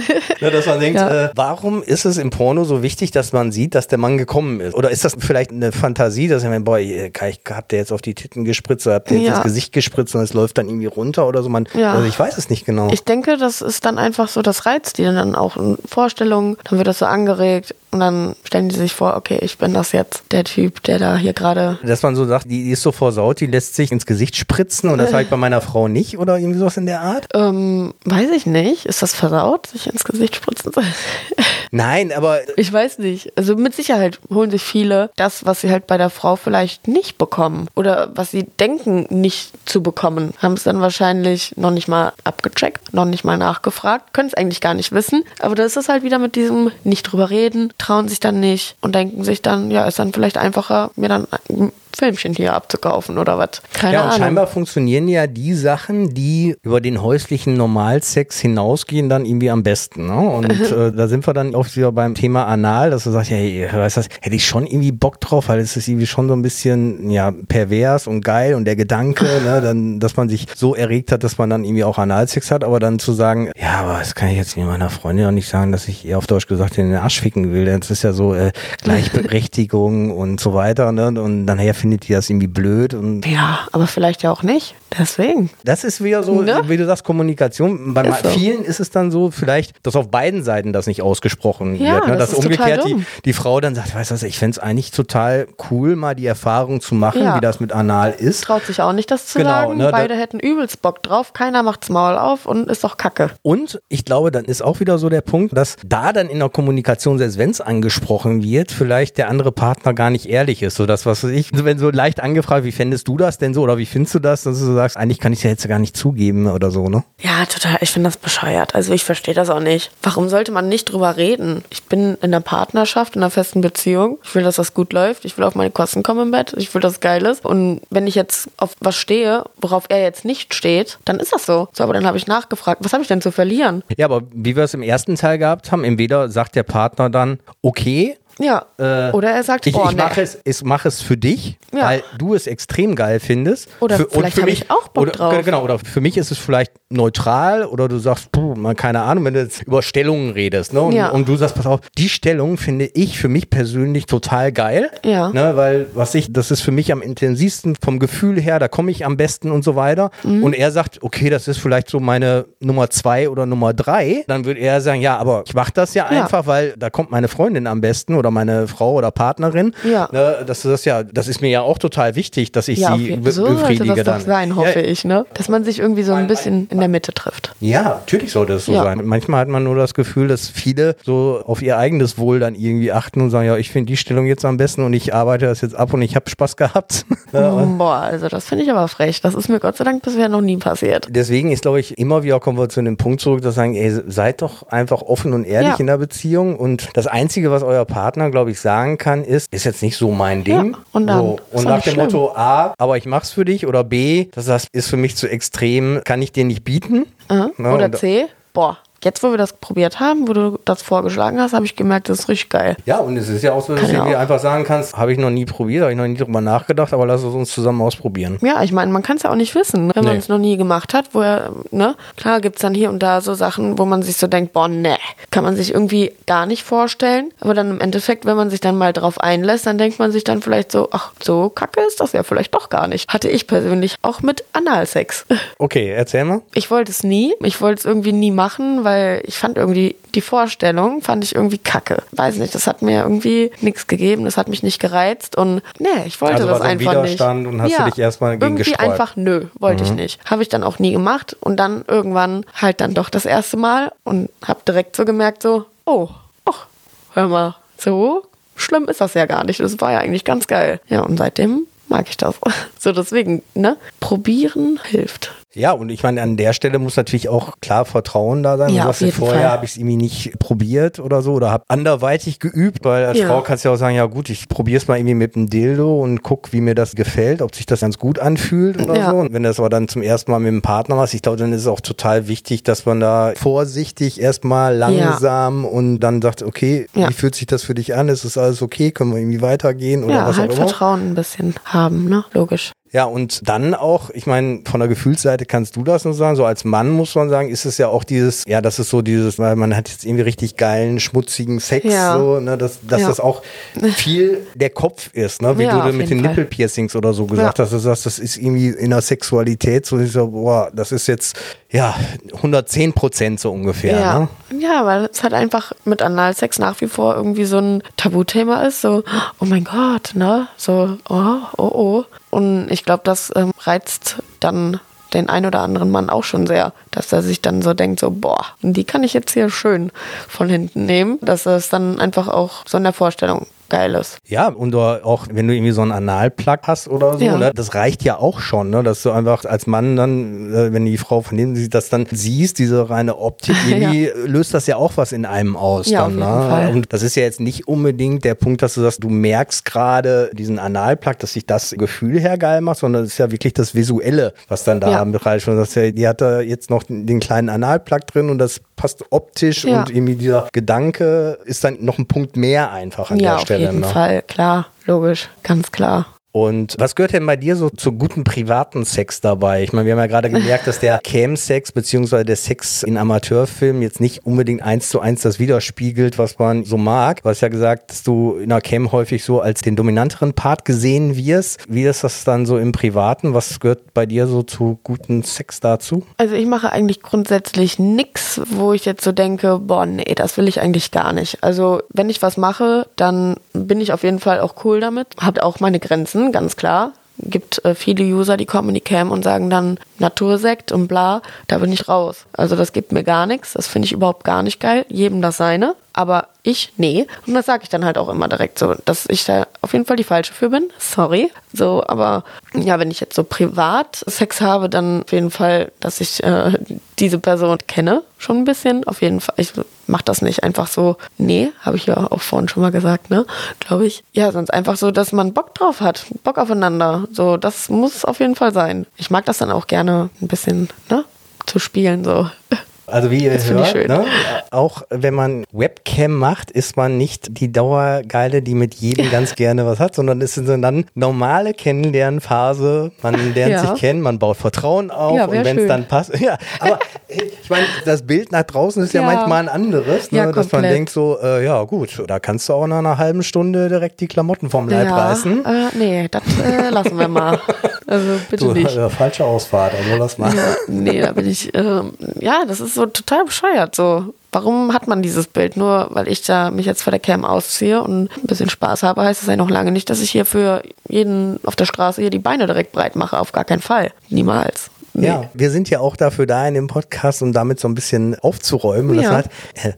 S2: ne, dass man denkt,
S1: Ja.
S2: äh, warum ist es im Porno so wichtig, dass man sieht, dass der Mann gekommen ist? Oder ist das vielleicht eine Fantasie, dass ich meine, boah, ich, ich hab der jetzt auf die Titten gespritzt, oder hab der jetzt
S1: Ja.
S2: ins Gesicht gespritzt und es läuft dann irgendwie runter oder so. Man,
S1: Ja.
S2: Also ich weiß es nicht genau.
S1: Ich denke, das ist dann einfach so, das reizt die dann auch in Vorstellungen, dann wird das so angeregt und dann stellen die sich vor, okay, ich bin das jetzt, der Typ, der da hier gerade.
S2: dass man so sagt, die, die ist so versaut, die lässt sich ins Gesicht spritzen und das habe ich bei meiner Frau nicht oder irgendwie sowas in der Art.
S1: Ähm, weiß ich nicht, ist das versaut, sich ins Gesicht spritzen? zu-
S2: Nein, aber
S1: Ich weiß nicht. Also mit Sicherheit holen sich viele das, was sie halt bei der Frau vielleicht nicht bekommen oder was sie denken nicht zu bekommen. Haben es dann wahrscheinlich noch nicht mal abgecheckt, noch nicht mal nachgefragt, können es eigentlich gar nicht wissen. Aber da ist es halt wieder mit diesem nicht drüber reden, trauen sich dann nicht und denken sich dann, ja, ist dann vielleicht einfacher, mir dann ein Filmchen hier abzukaufen oder was. Keine
S2: ja, und
S1: Ahnung.
S2: scheinbar funktionieren ja die Sachen, die über den häuslichen Normalsex hinausgehen, dann irgendwie am besten. Ne? Und äh, da sind wir dann oft wieder beim Thema Anal, dass du sagst, hey, weißt du was, hätte ich schon irgendwie Bock drauf, weil es ist irgendwie schon so ein bisschen ja pervers und geil und der Gedanke, ne, dann, dass man sich so erregt hat, dass man dann irgendwie auch Analsex hat, aber dann zu sagen, ja, aber das kann ich jetzt nicht meiner Freundin auch nicht sagen, dass ich ihr auf Deutsch gesagt in den Arsch ficken will. Das ist ja so äh, Gleichberechtigung und so weiter. Ne? Und nachher findet die das irgendwie blöd und
S1: ja, aber vielleicht ja auch nicht. Deswegen.
S2: das ist wieder so,
S1: Ne?
S2: wie du sagst, Kommunikation. Bei
S1: Ist so.
S2: vielen ist es dann so, vielleicht, dass auf beiden Seiten das nicht ausgesprochen
S1: Ja,
S2: wird. Ne?
S1: das
S2: Dass
S1: ist total
S2: umgekehrt die,
S1: dumm.
S2: die Frau dann sagt, weißt du was, ich fänd's eigentlich total cool, mal die Erfahrung zu machen,
S1: Ja.
S2: wie das mit Anal ist.
S1: Traut sich auch nicht, das zu
S2: Genau,
S1: sagen.
S2: ne, da-
S1: Beide hätten übelst Bock drauf, keiner macht's Maul auf und ist doch kacke.
S2: Und ich glaube, dann ist auch wieder so der Punkt, dass da dann in der Kommunikation, selbst wenn es angesprochen wird, vielleicht der andere Partner gar nicht ehrlich ist. So das, was weiß ich, wenn so leicht angefragt, wie fändest du das denn so oder wie findest du das, dass du so sagst, eigentlich kann ich ja jetzt gar nicht zugeben oder so, ne?
S1: Ja, total. Ich finde das bescheuert. Also ich verstehe das auch nicht. Warum sollte man nicht drüber reden? Ich bin in einer Partnerschaft, in einer festen Beziehung. Ich will, dass das gut läuft. Ich will auf meine Kosten kommen im Bett. Ich will, dass es geil ist. Und wenn ich jetzt auf was stehe, worauf er jetzt nicht steht, dann ist das so. So, aber dann habe ich nachgefragt, was habe ich denn zu verlieren?
S2: Ja, aber wie wir es im ersten Teil gehabt haben, entweder sagt der Partner dann, okay,
S1: Ja.
S2: Äh,
S1: Oder er sagt,
S2: ich,
S1: oh,
S2: ich
S1: nee.
S2: mache es, ich mache es für dich,
S1: Ja.
S2: weil du es extrem geil findest.
S1: Oder
S2: für,
S1: vielleicht habe ich auch Bock
S2: oder,
S1: drauf.
S2: Genau, oder für mich ist es vielleicht neutral oder du sagst, puh, mal keine Ahnung, wenn du jetzt über Stellungen redest, ne? Und,
S1: Ja.
S2: und du sagst, pass auf, die Stellung finde ich für mich persönlich total geil.
S1: Ja.
S2: Ne? Weil, was ich, das ist für mich am intensivsten vom Gefühl her, da komme ich am besten und so weiter.
S1: Mhm.
S2: Und er sagt, okay, das ist vielleicht so meine Nummer zwei oder Nummer drei. Dann würde er sagen, ja, aber ich mache das ja
S1: Ja.
S2: einfach, weil da kommt meine Freundin am besten oder meine Frau oder Partnerin.
S1: Ja.
S2: Ne, das ist das ja, das ist mir ja auch total wichtig, dass ich
S1: ja, auf
S2: sie
S1: jeden-
S2: be
S1: so sollte
S2: befriedige
S1: das
S2: dann.
S1: doch sein, hoffe
S2: ja,
S1: ich, ne? Dass man sich irgendwie so ein bisschen in der Mitte trifft.
S2: ja, natürlich sollte es so
S1: Ja.
S2: sein. Manchmal hat man nur das Gefühl, dass viele so auf ihr eigenes Wohl dann irgendwie achten und sagen, ja, ich finde die Stellung jetzt am besten und ich arbeite das jetzt ab und ich habe Spaß gehabt.
S1: Boah, also das finde ich aber frech. Das ist mir Gott sei Dank bisher noch nie passiert.
S2: Deswegen ist, glaube ich, immer wieder kommen wir zu dem Punkt zurück, dass wir sagen, ey, seid doch einfach offen und ehrlich
S1: Ja.
S2: in der Beziehung. Und das Einzige, was euer Partner, glaube ich, sagen kann, ist, ist jetzt nicht so mein
S1: Ja,
S2: Ding.
S1: und dann?
S2: so.
S1: Ist
S2: und
S1: doch
S2: nach
S1: nicht
S2: dem
S1: schlimm.
S2: Motto A, aber ich mach's für dich oder B, das das ist für mich zu extrem, kann ich dir nicht bieten.
S1: Aha.
S2: Ne,
S1: Äh, Oder
S2: und-
S1: C. Boah, jetzt wo wir das probiert haben, wo du das vorgeschlagen hast, habe ich gemerkt, das ist richtig geil.
S2: Ja, und es ist ja auch so, dass
S1: Kann
S2: du
S1: ja
S2: irgendwie
S1: auch.
S2: einfach sagen kannst, habe ich noch nie probiert, habe ich noch nie drüber nachgedacht, aber lass es uns zusammen ausprobieren.
S1: Ja, ich meine, man kann es ja auch nicht wissen, ne? wenn man
S2: Nee.
S1: es noch nie gemacht hat, wo er, ne? Klar gibt es dann hier und da so Sachen, wo man sich so denkt, boah, ne, kann man sich irgendwie gar nicht vorstellen. Aber dann im Endeffekt, wenn man sich dann mal drauf einlässt, dann denkt man sich dann vielleicht so, ach, so kacke ist das ja vielleicht doch gar nicht. Hatte ich persönlich auch mit Analsex.
S2: Okay, erzähl mal.
S1: Ich wollte es nie. Ich wollte es irgendwie nie machen, weil ich fand irgendwie die Vorstellung, fand ich irgendwie kacke. Weiß nicht, das hat mir irgendwie nichts gegeben, das hat mich nicht gereizt und nee, ich wollte
S2: Also war
S1: das
S2: so ein
S1: einfach
S2: Widerstand
S1: nicht.
S2: und hast du dich erstmal gegen Mhm.
S1: irgendwie
S2: gesträubt.
S1: einfach nö, wollte ich nicht. Habe ich dann auch nie gemacht und dann irgendwann halt dann doch das erste Mal und habe direkt so gemerkt so, oh, ach, hör mal, so schlimm ist das ja gar nicht. Das war ja eigentlich ganz geil. Ja, und seitdem mag ich das. So deswegen, ne? Probieren hilft.
S2: Ja, und ich meine, an der Stelle muss natürlich auch klar Vertrauen da sein.
S1: Ja,
S2: du
S1: auf
S2: sagst ja,
S1: jeden
S2: vorher
S1: Fall.
S2: habe ich es irgendwie nicht probiert oder so oder habe anderweitig geübt, weil als
S1: Ja.
S2: Frau kannst du ja auch sagen, ja gut, ich probiere es mal irgendwie mit einem Dildo und guck, wie mir das gefällt, ob sich das ganz gut anfühlt oder
S1: Ja.
S2: so. Und wenn du das aber dann zum ersten Mal mit dem Partner machst, ich glaube, dann ist es auch total wichtig, dass man da vorsichtig erstmal langsam und dann sagt, okay,
S1: Ja.
S2: wie fühlt sich das für dich an? Ist es alles okay? Können wir irgendwie weitergehen oder
S1: Ja,
S2: was
S1: halt
S2: auch immer?
S1: Vertrauen ein bisschen haben, ne? Logisch.
S2: Ja, und dann auch, ich meine, von der Gefühlsseite kannst du das nur sagen, so als Mann muss man sagen, ist es ja auch dieses, ja, das ist so dieses, weil man hat jetzt irgendwie richtig geilen, schmutzigen Sex,
S1: Ja.
S2: so, ne, dass, dass
S1: Ja.
S2: das auch viel der Kopf ist, ne, wie
S1: Ja,
S2: du
S1: auf
S2: mit den
S1: jeden Fall.
S2: Nippelpiercings oder so gesagt
S1: Ja.
S2: hast, dass du sagst, das ist irgendwie in der Sexualität so, ich so, boah, das ist jetzt, ja, 110 Prozent so ungefähr, ne?
S1: Ja. ja, weil es halt einfach mit Analsex nach wie vor irgendwie so ein Tabuthema ist. So, oh mein Gott, ne? So, oh, oh, oh. Und ich glaube, das ähm, reizt dann den ein oder anderen Mann auch schon sehr, dass er sich dann so denkt, so, boah, die kann ich jetzt hier schön von hinten nehmen, dass das dann einfach auch so in der Vorstellung geil ist.
S2: Ja, und da auch wenn du irgendwie so einen Analplug hast oder so,
S1: Ja.
S2: ne, das reicht ja auch schon, ne, dass du einfach als Mann dann, äh, wenn die Frau von dem sie das dann siehst, diese reine Optik, irgendwie löst das ja auch was in einem aus.
S1: Ja,
S2: dann,
S1: auf jeden
S2: ne?
S1: Fall.
S2: Und das ist ja jetzt nicht unbedingt der Punkt, dass du sagst, du merkst gerade diesen Analplug, dass sich das Gefühl her geil macht, sondern es ist ja wirklich das Visuelle, was dann da
S1: Ja.
S2: im Bereich schon sagst, ja, die hat da jetzt noch den kleinen Analplug drin und das passt optisch
S1: Ja.
S2: und irgendwie dieser Gedanke ist dann noch ein Punkt mehr einfach an
S1: ja,
S2: der
S1: auf
S2: Stelle.
S1: jeden
S2: ne?
S1: Fall, klar, logisch, ganz klar.
S2: Und was gehört denn bei dir so zu guten privaten Sex dabei? Ich meine, wir haben ja gerade gemerkt, dass der Cam-Sex beziehungsweise der Sex in Amateurfilmen jetzt nicht unbedingt eins zu eins das widerspiegelt, was man so mag. Du hast ja gesagt, dass du in der Cam häufig so als den dominanteren Part gesehen wirst. Wie ist das dann so im Privaten? Was gehört bei dir so zu guten Sex dazu?
S1: Also ich mache eigentlich grundsätzlich nichts, wo ich jetzt so denke, boah, nee, das will ich eigentlich gar nicht. Also wenn ich was mache, dann bin ich auf jeden Fall auch cool damit. Hab auch meine Grenzen, ganz klar. Gibt äh, viele User, die kommen in die Cam und sagen dann Natursekt und bla, da bin ich raus. Also das gibt mir gar nichts, das finde ich überhaupt gar nicht geil. Jedem das seine, aber ich nee. Und das sage ich dann halt auch immer direkt so, dass ich da auf jeden Fall die falsche für bin. Sorry. So, aber ja, wenn ich jetzt so privat Sex habe, dann auf jeden Fall, dass ich äh, diese Person kenne, schon ein bisschen. Auf jeden Fall. Ich mach das nicht einfach so, nee, habe ich ja auch vorhin schon mal gesagt, ne? Glaube ich. Ja, sonst einfach so, dass man Bock drauf hat, Bock aufeinander. So, das muss auf jeden Fall sein. Ich mag das dann auch gerne ein bisschen, ne? Zu spielen, so.
S2: Also wie ihr
S1: Das finde ich
S2: hört,
S1: schön.
S2: ne? auch wenn man Webcam macht, ist man nicht die Dauergeile, die mit jedem ganz gerne was hat, sondern es ist so dann normale Kennenlernphase. Man lernt
S1: Ja.
S2: sich kennen, man baut Vertrauen auf
S1: Ja,
S2: und
S1: wär
S2: wenn es
S1: schön.
S2: dann passt. Ja, aber ich meine, das Bild nach draußen ist ja,
S1: Ja.
S2: manchmal ein anderes, ne?
S1: Ja,
S2: dass man
S1: komplett.
S2: denkt so, äh, ja gut, da kannst du auch nach einer halben Stunde direkt die Klamotten vom Leib reißen.
S1: Äh, nee, das äh, lassen wir mal. Also bitte
S2: Du,
S1: nicht.
S2: äh, falsche Ausfahrt, also lass mal.
S1: Ja, nee, da bin ich. Ähm, ja, das ist so total bescheuert. So, warum hat man dieses Bild? Nur weil ich da mich jetzt vor der Cam ausziehe und ein bisschen Spaß habe, heißt das ja noch lange nicht, dass ich hier für jeden auf der Straße hier die Beine direkt breit mache. Auf gar keinen Fall. Niemals. Nee.
S2: Ja, wir sind ja auch dafür da in dem Podcast, um damit so ein bisschen aufzuräumen. Und Das
S1: Ja.
S2: halt, äh,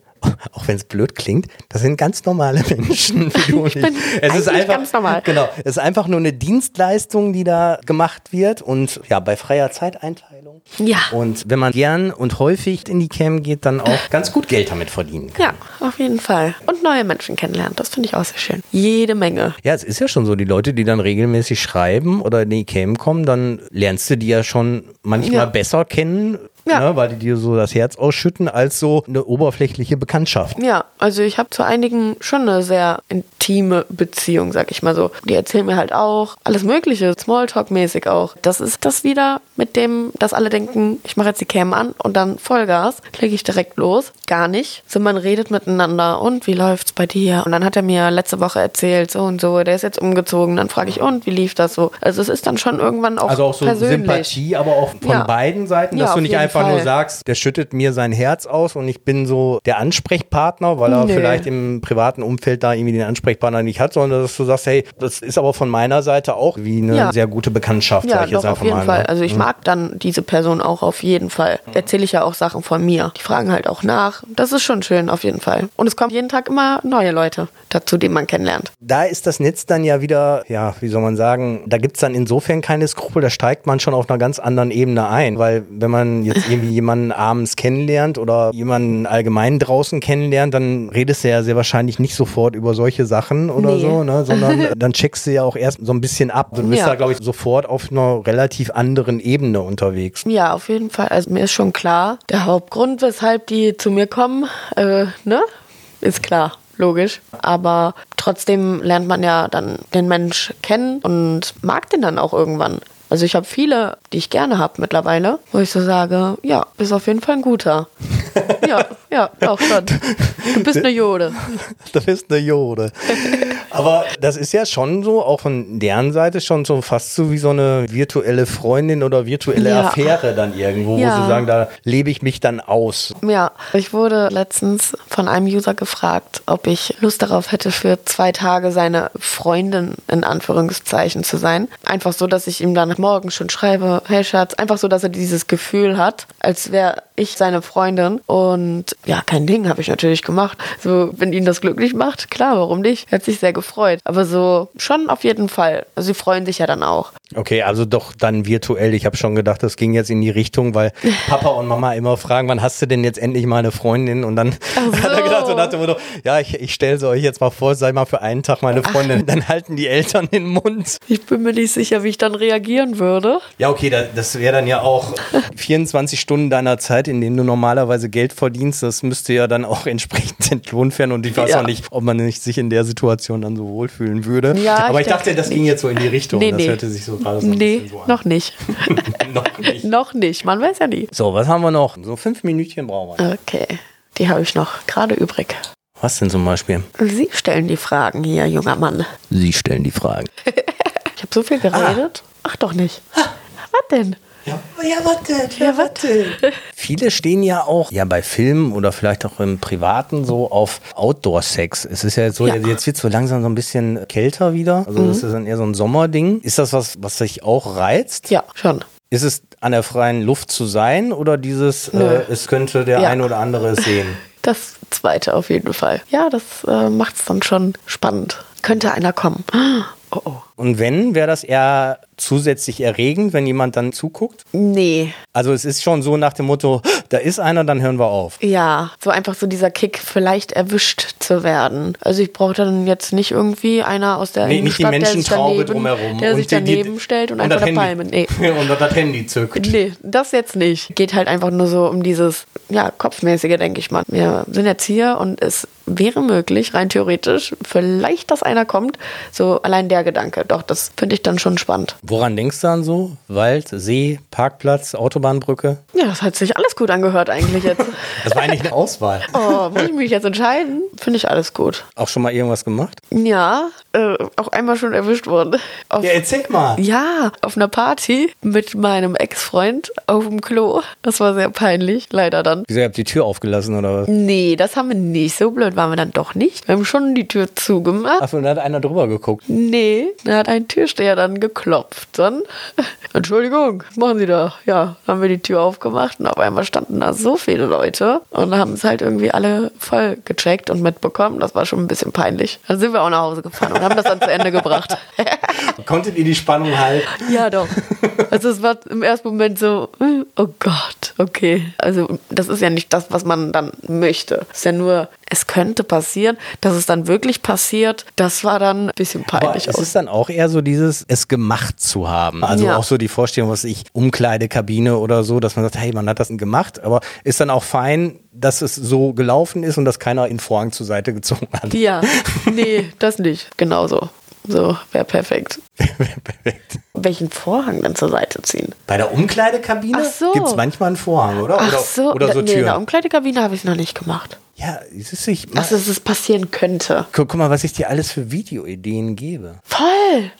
S2: auch wenn es blöd klingt, das sind ganz normale Menschen. Wie du und ich
S1: bin eigentlich ganz normal.
S2: Genau, es ist einfach nur eine Dienstleistung, die da gemacht wird und ja, bei freier Zeiteinteilung.
S1: Ja.
S2: Und wenn man gern und häufig in die Cam geht, dann auch ganz gut Geld damit verdienen kann.
S1: Ja, auf jeden Fall. Und neue Menschen kennenlernen, das finde ich auch sehr schön. Jede Menge.
S2: Ja, es ist ja schon so, die Leute, die dann regelmäßig schreiben oder in die Cam kommen, dann lernst du die ja schon manchmal
S1: Ja.
S2: besser kennen,
S1: Ja.
S2: ne, weil die dir so das Herz ausschütten, als so eine oberflächliche Bekanntschaft.
S1: Ja, also ich habe zu einigen schon eine sehr intime Beziehung, sag ich mal so. Die erzählen mir halt auch alles Mögliche, Smalltalk-mäßig auch. Das ist das wieder mit dem, dass alle denken, ich mache jetzt die Cam an und dann Vollgas, klicke ich direkt los. Gar nicht. So, man redet miteinander und wie läuft's bei dir? Und dann hat er mir letzte Woche erzählt, so und so, der ist jetzt umgezogen. Dann frage ich, und wie lief das so? Also es ist dann schon irgendwann auch
S2: Also auch so
S1: persönlich.
S2: Sympathie, aber auch von
S1: Ja.
S2: beiden Seiten, dass
S1: Ja,
S2: du
S1: auf
S2: nicht
S1: jeden
S2: einfach nur
S1: Fall.
S2: sagst, der schüttet mir sein Herz aus und ich bin so der Ansprechpartner, weil er
S1: Nee.
S2: vielleicht im privaten Umfeld da irgendwie den Ansprechpartner nicht hat, sondern dass du sagst, hey, das ist aber von meiner Seite auch wie eine
S1: Ja.
S2: sehr gute Bekanntschaft, sag
S1: Ja,
S2: ich
S1: doch,
S2: jetzt einfach
S1: auf jeden
S2: mal.
S1: Fall.
S2: ne? Mhm.
S1: Also ich mag dann diese Person auch auf jeden Fall. Erzähle ich ja auch Sachen von mir. Die fragen halt auch nach. Das ist schon schön, auf jeden Fall. Und es kommen jeden Tag immer neue Leute dazu, die man kennenlernt.
S2: da ist das Netz dann ja wieder, ja, wie soll man sagen, da gibt's dann insofern keine Skrupel, da steigt man schon auf einer ganz anderen Ebene ein. Weil wenn man jetzt irgendwie jemanden abends kennenlernt oder jemanden allgemein draußen kennenlernt, dann redest du ja sehr wahrscheinlich nicht sofort über solche Sachen oder
S1: Nee.
S2: so, ne? sondern äh, dann checkst du ja auch erst so ein bisschen ab. Du bist
S1: Ja.
S2: da, glaube ich, sofort auf einer relativ anderen Ebene unterwegs.
S1: Ja, auf jeden Fall. Also mir ist schon klar, der Hauptgrund, weshalb die zu mir kommen, äh, ne, ist klar. Logisch. Aber trotzdem lernt man ja dann den Mensch kennen und mag den dann auch irgendwann. Also ich habe viele, die ich gerne habe mittlerweile, wo ich so sage, ja, bist auf jeden Fall ein guter. Ja, ja, auch schon. Du bist eine Jode.
S2: Das ist eine Jode. Aber das ist ja schon so, auch von deren Seite schon so fast so wie so eine virtuelle Freundin oder virtuelle
S1: Ja.
S2: Affäre dann irgendwo,
S1: Ja.
S2: wo sie sagen, da lebe ich mich dann aus.
S1: Ja, ich wurde letztens von einem User gefragt, ob ich Lust darauf hätte, für zwei Tage seine Freundin in Anführungszeichen zu sein. Einfach so, dass ich ihm dann morgen schon schreibe, hey Schatz, einfach so, dass er dieses Gefühl hat, als wäre ich seine Freundin. Und ja, kein Ding, habe ich natürlich gemacht. So, wenn ihn das glücklich macht, klar, warum nicht? Er hat sich sehr gefreut. Aber so, schon auf jeden Fall. Also, sie freuen sich ja dann auch.
S2: Okay, also doch dann virtuell. Ich habe schon gedacht, das ging jetzt in die Richtung, weil Papa und Mama immer fragen, wann hast du denn jetzt endlich mal eine Freundin? Und dann
S1: Ach
S2: hat er gedacht, so
S1: so.
S2: nach dem Motto, ja, ich, ich stelle sie euch jetzt mal vor, sei mal für einen Tag meine Freundin. Dann halten die Eltern den Mund.
S1: Ich bin mir nicht sicher, wie ich dann reagieren würde.
S2: Ja, okay, da, das wäre dann ja auch 24 Stunden deiner Zeit, in denen du normalerweise Geld verdienst. Das müsste ja dann auch entsprechend entlohnt werden. Und ich weiß
S1: Ja.
S2: auch nicht, ob man nicht sich in der Situation dann so wohlfühlen würde.
S1: Ja,
S2: Aber ich
S1: ich
S2: dachte,
S1: denke
S2: das ging
S1: nicht.
S2: jetzt so in die Richtung.
S1: Nee,
S2: das
S1: nee.
S2: hörte sich so gerade so ein
S1: Nee,
S2: bisschen so an.
S1: noch nicht.
S2: noch nicht.
S1: Noch nicht, man weiß ja nie.
S2: So, was haben wir noch? So fünf Minütchen brauchen wir.
S1: Okay, die habe ich noch gerade übrig.
S2: Was denn zum Beispiel?
S1: Sie stellen die Fragen hier, junger Mann.
S2: Sie stellen die Fragen.
S1: Ich habe so viel
S2: Ah.
S1: geredet. Ach doch nicht. Was denn?
S2: Ja, ja warte,
S1: Ja, was denn?
S2: Viele stehen ja auch, ja bei Filmen oder vielleicht auch im Privaten so auf Outdoor-Sex. Es ist ja jetzt so,
S1: Ja. Mhm.
S2: jetzt wird es so langsam so ein bisschen kälter wieder. Also das ist dann eher so ein Sommerding. Ist das was, was dich auch reizt?
S1: Ja, schon.
S2: Ist es an der freien Luft zu sein oder dieses,
S1: Nö.
S2: äh, es könnte der
S1: Ja.
S2: eine oder andere es sehen?
S1: Das zweite auf jeden Fall. Ja, das äh, macht es dann schon spannend. Könnte einer kommen. Oh, oh.
S2: Und wenn, wäre das eher zusätzlich erregend, wenn jemand dann zuguckt?
S1: Nee,
S2: Also es ist schon so nach dem Motto, da ist einer, dann hören wir auf.
S1: ja. So einfach so dieser Kick, vielleicht erwischt zu werden. Also ich brauche dann jetzt nicht irgendwie einer aus der
S2: Nee, nicht die
S1: Innenstadt, der sich
S2: Menschentraube
S1: daneben,
S2: drumherum.
S1: der sich
S2: die- die-
S1: daneben stellt und, einfach
S2: das
S1: eine Palme.
S2: Handy,
S1: Nee.
S2: und das Handy zückt.
S1: Nee, das jetzt nicht. Geht halt einfach nur so um dieses, ja, Kopfmäßige, denke ich mal. Wir sind jetzt hier und es wäre möglich, rein theoretisch, vielleicht, dass einer kommt. So allein der Gedanke. Doch, das finde ich dann schon spannend.
S2: Woran denkst du dann so? Wald, See, Parkplatz, Autobahnbrücke?
S1: Ja, das hat sich alles gut angehört eigentlich jetzt.
S2: Das war eigentlich eine Auswahl.
S1: Oh, muss ich mich jetzt entscheiden? Finde ich alles gut.
S2: Auch schon mal irgendwas gemacht?
S1: Ja, äh, auch einmal schon erwischt worden. Auf,
S2: erzähl mal.
S1: ja, auf einer Party mit meinem Ex-Freund auf dem Klo. Das war sehr peinlich, leider dann.
S2: Wieso, ihr habt die Tür aufgelassen oder was?
S1: Nee, das haben wir nicht. So blöd waren wir dann doch nicht. Wir haben schon die Tür zugemacht.
S2: Achso, da hat einer drüber geguckt.
S1: Nee, da hat ein Türsteher dann geklopft. Dann, Entschuldigung, was machen Sie da? Ja, dann haben wir die Tür aufgemacht und auf einmal standen da so viele Leute und haben es halt irgendwie alle voll gecheckt und mitbekommen. Das war schon ein bisschen peinlich. Dann sind wir auch nach Hause gefahren und haben das dann zu Ende gebracht.
S2: Konntet ihr die Spannung halten?
S1: Ja, doch. Also es war im ersten Moment so, äh, oh Gott, okay. Also das ist ja nicht das, was man dann möchte. Es ist ja nur, es könnte passieren, dass es dann wirklich passiert. Das war dann ein bisschen
S2: Aber
S1: peinlich.
S2: es
S1: aus.
S2: ist dann auch eher so dieses, es gemacht zu haben. Also
S1: Ja.
S2: auch so die Vorstellung, was ich, Umkleidekabine oder so, dass man sagt, hey, man hat das denn gemacht, aber ist dann auch fein, dass es so gelaufen ist und dass keiner in Vorhang zur Seite gezogen hat.
S1: ja, nee, das nicht. Genauso. So, wäre perfekt.
S2: Perfekt.
S1: Welchen Vorhang dann zur Seite ziehen?
S2: Bei der Umkleidekabine
S1: Ach so.
S2: gibt's manchmal einen Vorhang, oder?
S1: Ach
S2: oder,
S1: so,
S2: oder so
S1: nee, in der
S2: Türen.
S1: Umkleidekabine habe ich es noch nicht gemacht.
S2: Ja, es ist ich.
S1: Ach, dass es passieren könnte.
S2: Guck, guck mal, was ich dir alles für Videoideen gebe.
S1: Voll!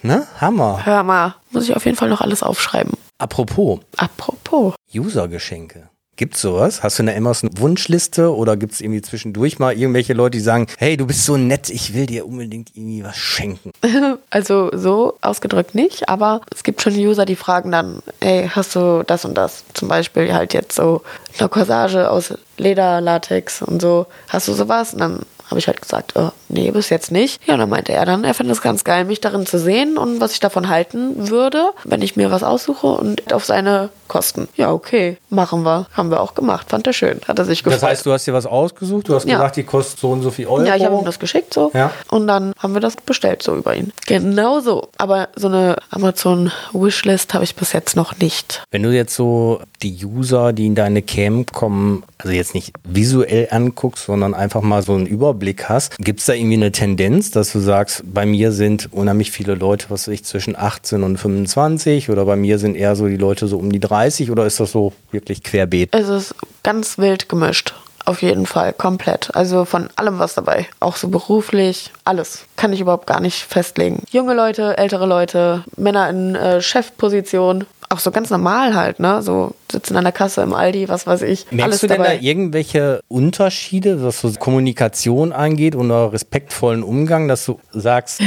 S2: Ne? Hammer.
S1: Hör mal, muss ich auf jeden Fall noch alles aufschreiben.
S2: Apropos,
S1: Apropos.
S2: Usergeschenke. Gibt's sowas? Hast du eine Amazon-Wunschliste oder gibt's irgendwie zwischendurch mal irgendwelche Leute, die sagen, hey, du bist so nett, ich will dir unbedingt irgendwie was schenken?
S1: Also so ausgedrückt nicht, aber es gibt schon User, die fragen dann, ey, hast du das und das? Zum Beispiel halt jetzt so eine Corsage aus Leder, Latex und so. Hast du sowas? Und dann habe ich halt gesagt, äh, nee, bis jetzt nicht. Ja, und dann meinte er dann, er fände es ganz geil, mich darin zu sehen und was ich davon halten würde, wenn ich mir was aussuche und auf seine Kosten. Ja, okay, machen wir. Haben wir auch gemacht. Fand er schön. Hat er sich gefreut.
S2: Das heißt, du hast dir was ausgesucht, du hast
S1: Ja.
S2: gesagt, die kostet so und so viel Euro.
S1: Ja, ich habe ihm das geschickt so.
S2: Ja.
S1: Und dann haben wir das bestellt so über ihn. Genau so. Aber so eine Amazon-Wishlist habe ich bis jetzt noch nicht.
S2: Wenn du jetzt so die User, die in deine Cam kommen, also jetzt nicht visuell anguckst, sondern einfach mal so einen Überblick hast, gibt's da irgendwie eine Tendenz, dass du sagst, bei mir sind unheimlich viele Leute, was weiß ich, zwischen 18 und 25 oder bei mir sind eher so die Leute so um die 30 oder ist das so, wirklich querbeet.
S1: Es ist ganz wild gemischt. Auf jeden Fall, komplett. Also von allem was dabei. Auch so beruflich, alles. Kann ich überhaupt gar nicht festlegen. Junge Leute, ältere Leute, Männer in äh, Chefposition. Auch so ganz normal halt, ne? So sitzen an der Kasse im Aldi, was weiß ich.
S2: Merkst
S1: alles
S2: du denn
S1: dabei.
S2: da irgendwelche Unterschiede, was so Kommunikation angeht und auch respektvollen Umgang, dass du sagst,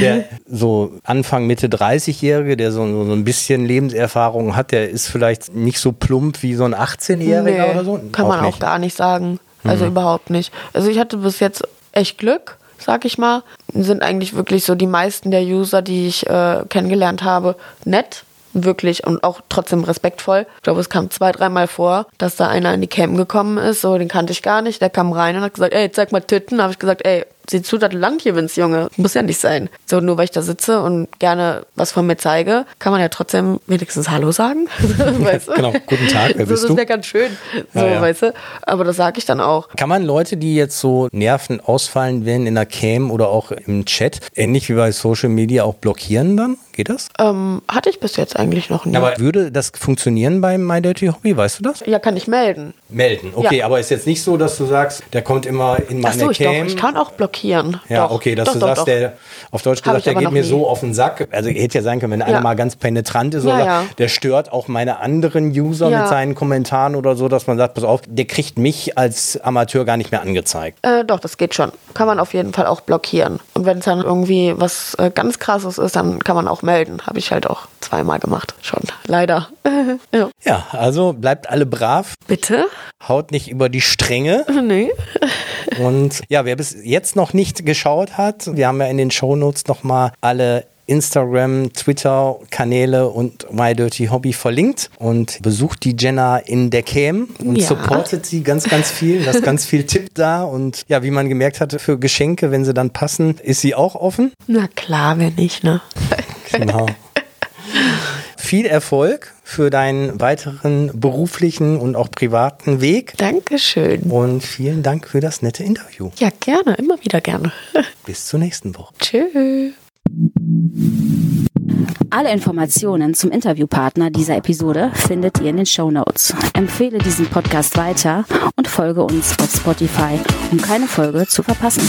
S2: der so Anfang, Mitte 30-Jährige, der so, so ein bisschen Lebenserfahrung hat, der ist vielleicht nicht so plump wie so ein 18-Jähriger
S1: Nee,
S2: oder so?
S1: Kann man
S2: nicht. Mhm.
S1: auch gar nicht sagen. Also überhaupt nicht. Also ich hatte bis jetzt echt Glück, sag ich mal. Sind eigentlich wirklich so die meisten der User, die ich äh, kennengelernt habe, nett. Wirklich und auch trotzdem respektvoll. Ich glaube, es kam zwei, dreimal vor, dass da einer in die Cam gekommen ist. So, den kannte ich gar nicht. Der kam rein und hat gesagt: Ey, zeig mal Titten. habe ich gesagt: Ey, sieh zu, dass du Land hier winst, Junge. Muss ja nicht sein. So, nur weil ich da sitze und gerne was von mir zeige, kann man ja trotzdem wenigstens Hallo sagen. weißt du?
S2: Genau. Guten Tag, wer
S1: so,
S2: bist
S1: das
S2: du?
S1: wäre ganz schön. So,
S2: Ja, ja.
S1: weißt du? Aber das sage ich dann auch.
S2: Kann man Leute, die jetzt so Nerven ausfallen, wenn in der Cam oder auch im Chat, ähnlich wie bei Social Media, auch blockieren dann? Geht das?
S1: Ähm, hatte ich bis jetzt eigentlich noch nie.
S2: Aber würde das funktionieren beim My Dirty Hobby? Weißt du das?
S1: ja, kann ich melden.
S2: Melden. Okay,
S1: Ja.
S2: aber ist jetzt nicht so, dass du sagst, der kommt immer in
S1: Ach
S2: meine
S1: so, ich, doch,
S2: Cam.
S1: ich kann auch blockieren.
S2: Ja,
S1: doch.
S2: okay, dass
S1: doch,
S2: du
S1: doch,
S2: sagst,
S1: doch.
S2: der auf Deutsch
S1: Hab
S2: gesagt,
S1: ich
S2: der
S1: aber
S2: geht
S1: noch
S2: mir
S1: nie.
S2: so auf den Sack. Also hätte ja sein können, wenn einer
S1: Ja.
S2: mal ganz penetrant ist
S1: Ja,
S2: oder
S1: ja.
S2: der stört auch meine anderen User
S1: Ja.
S2: mit seinen Kommentaren oder so, dass man sagt, pass auf, der kriegt mich als Amateur gar nicht mehr angezeigt.
S1: Äh, doch, das geht schon. Kann man auf jeden Fall auch blockieren. Und wenn es dann irgendwie was äh, ganz krasses ist, dann kann man auch melden. Habe ich halt auch zweimal gemacht. Schon. Leider. ja.
S2: Ja, also bleibt alle brav,
S1: Bitte?
S2: haut nicht über die Stränge.
S1: Nee.
S2: Und ja, wer bis jetzt noch nicht geschaut hat, wir haben ja in den Shownotes nochmal alle Instagram, Twitter, Kanäle und My Dirty Hobby verlinkt und besucht die Jenna in der Cam und
S1: Ja.
S2: supportet sie ganz, ganz viel. Lasst ganz viel Tipp da und ja, wie man gemerkt hatte, für Geschenke, wenn sie dann passen, ist sie auch offen.
S1: Na klar, wenn nicht, ne?
S2: Genau. Viel Erfolg für deinen weiteren beruflichen und auch privaten Weg
S1: Dankeschön.
S2: und vielen Dank für das nette Interview.
S1: Ja, gerne. Immer wieder gerne.
S2: Bis zur nächsten Woche.
S1: Tschüss.
S3: Alle Informationen zum Interviewpartner dieser Episode findet ihr in den Show Notes. Empfehle diesen Podcast weiter und folge uns auf Spotify, um keine Folge zu verpassen.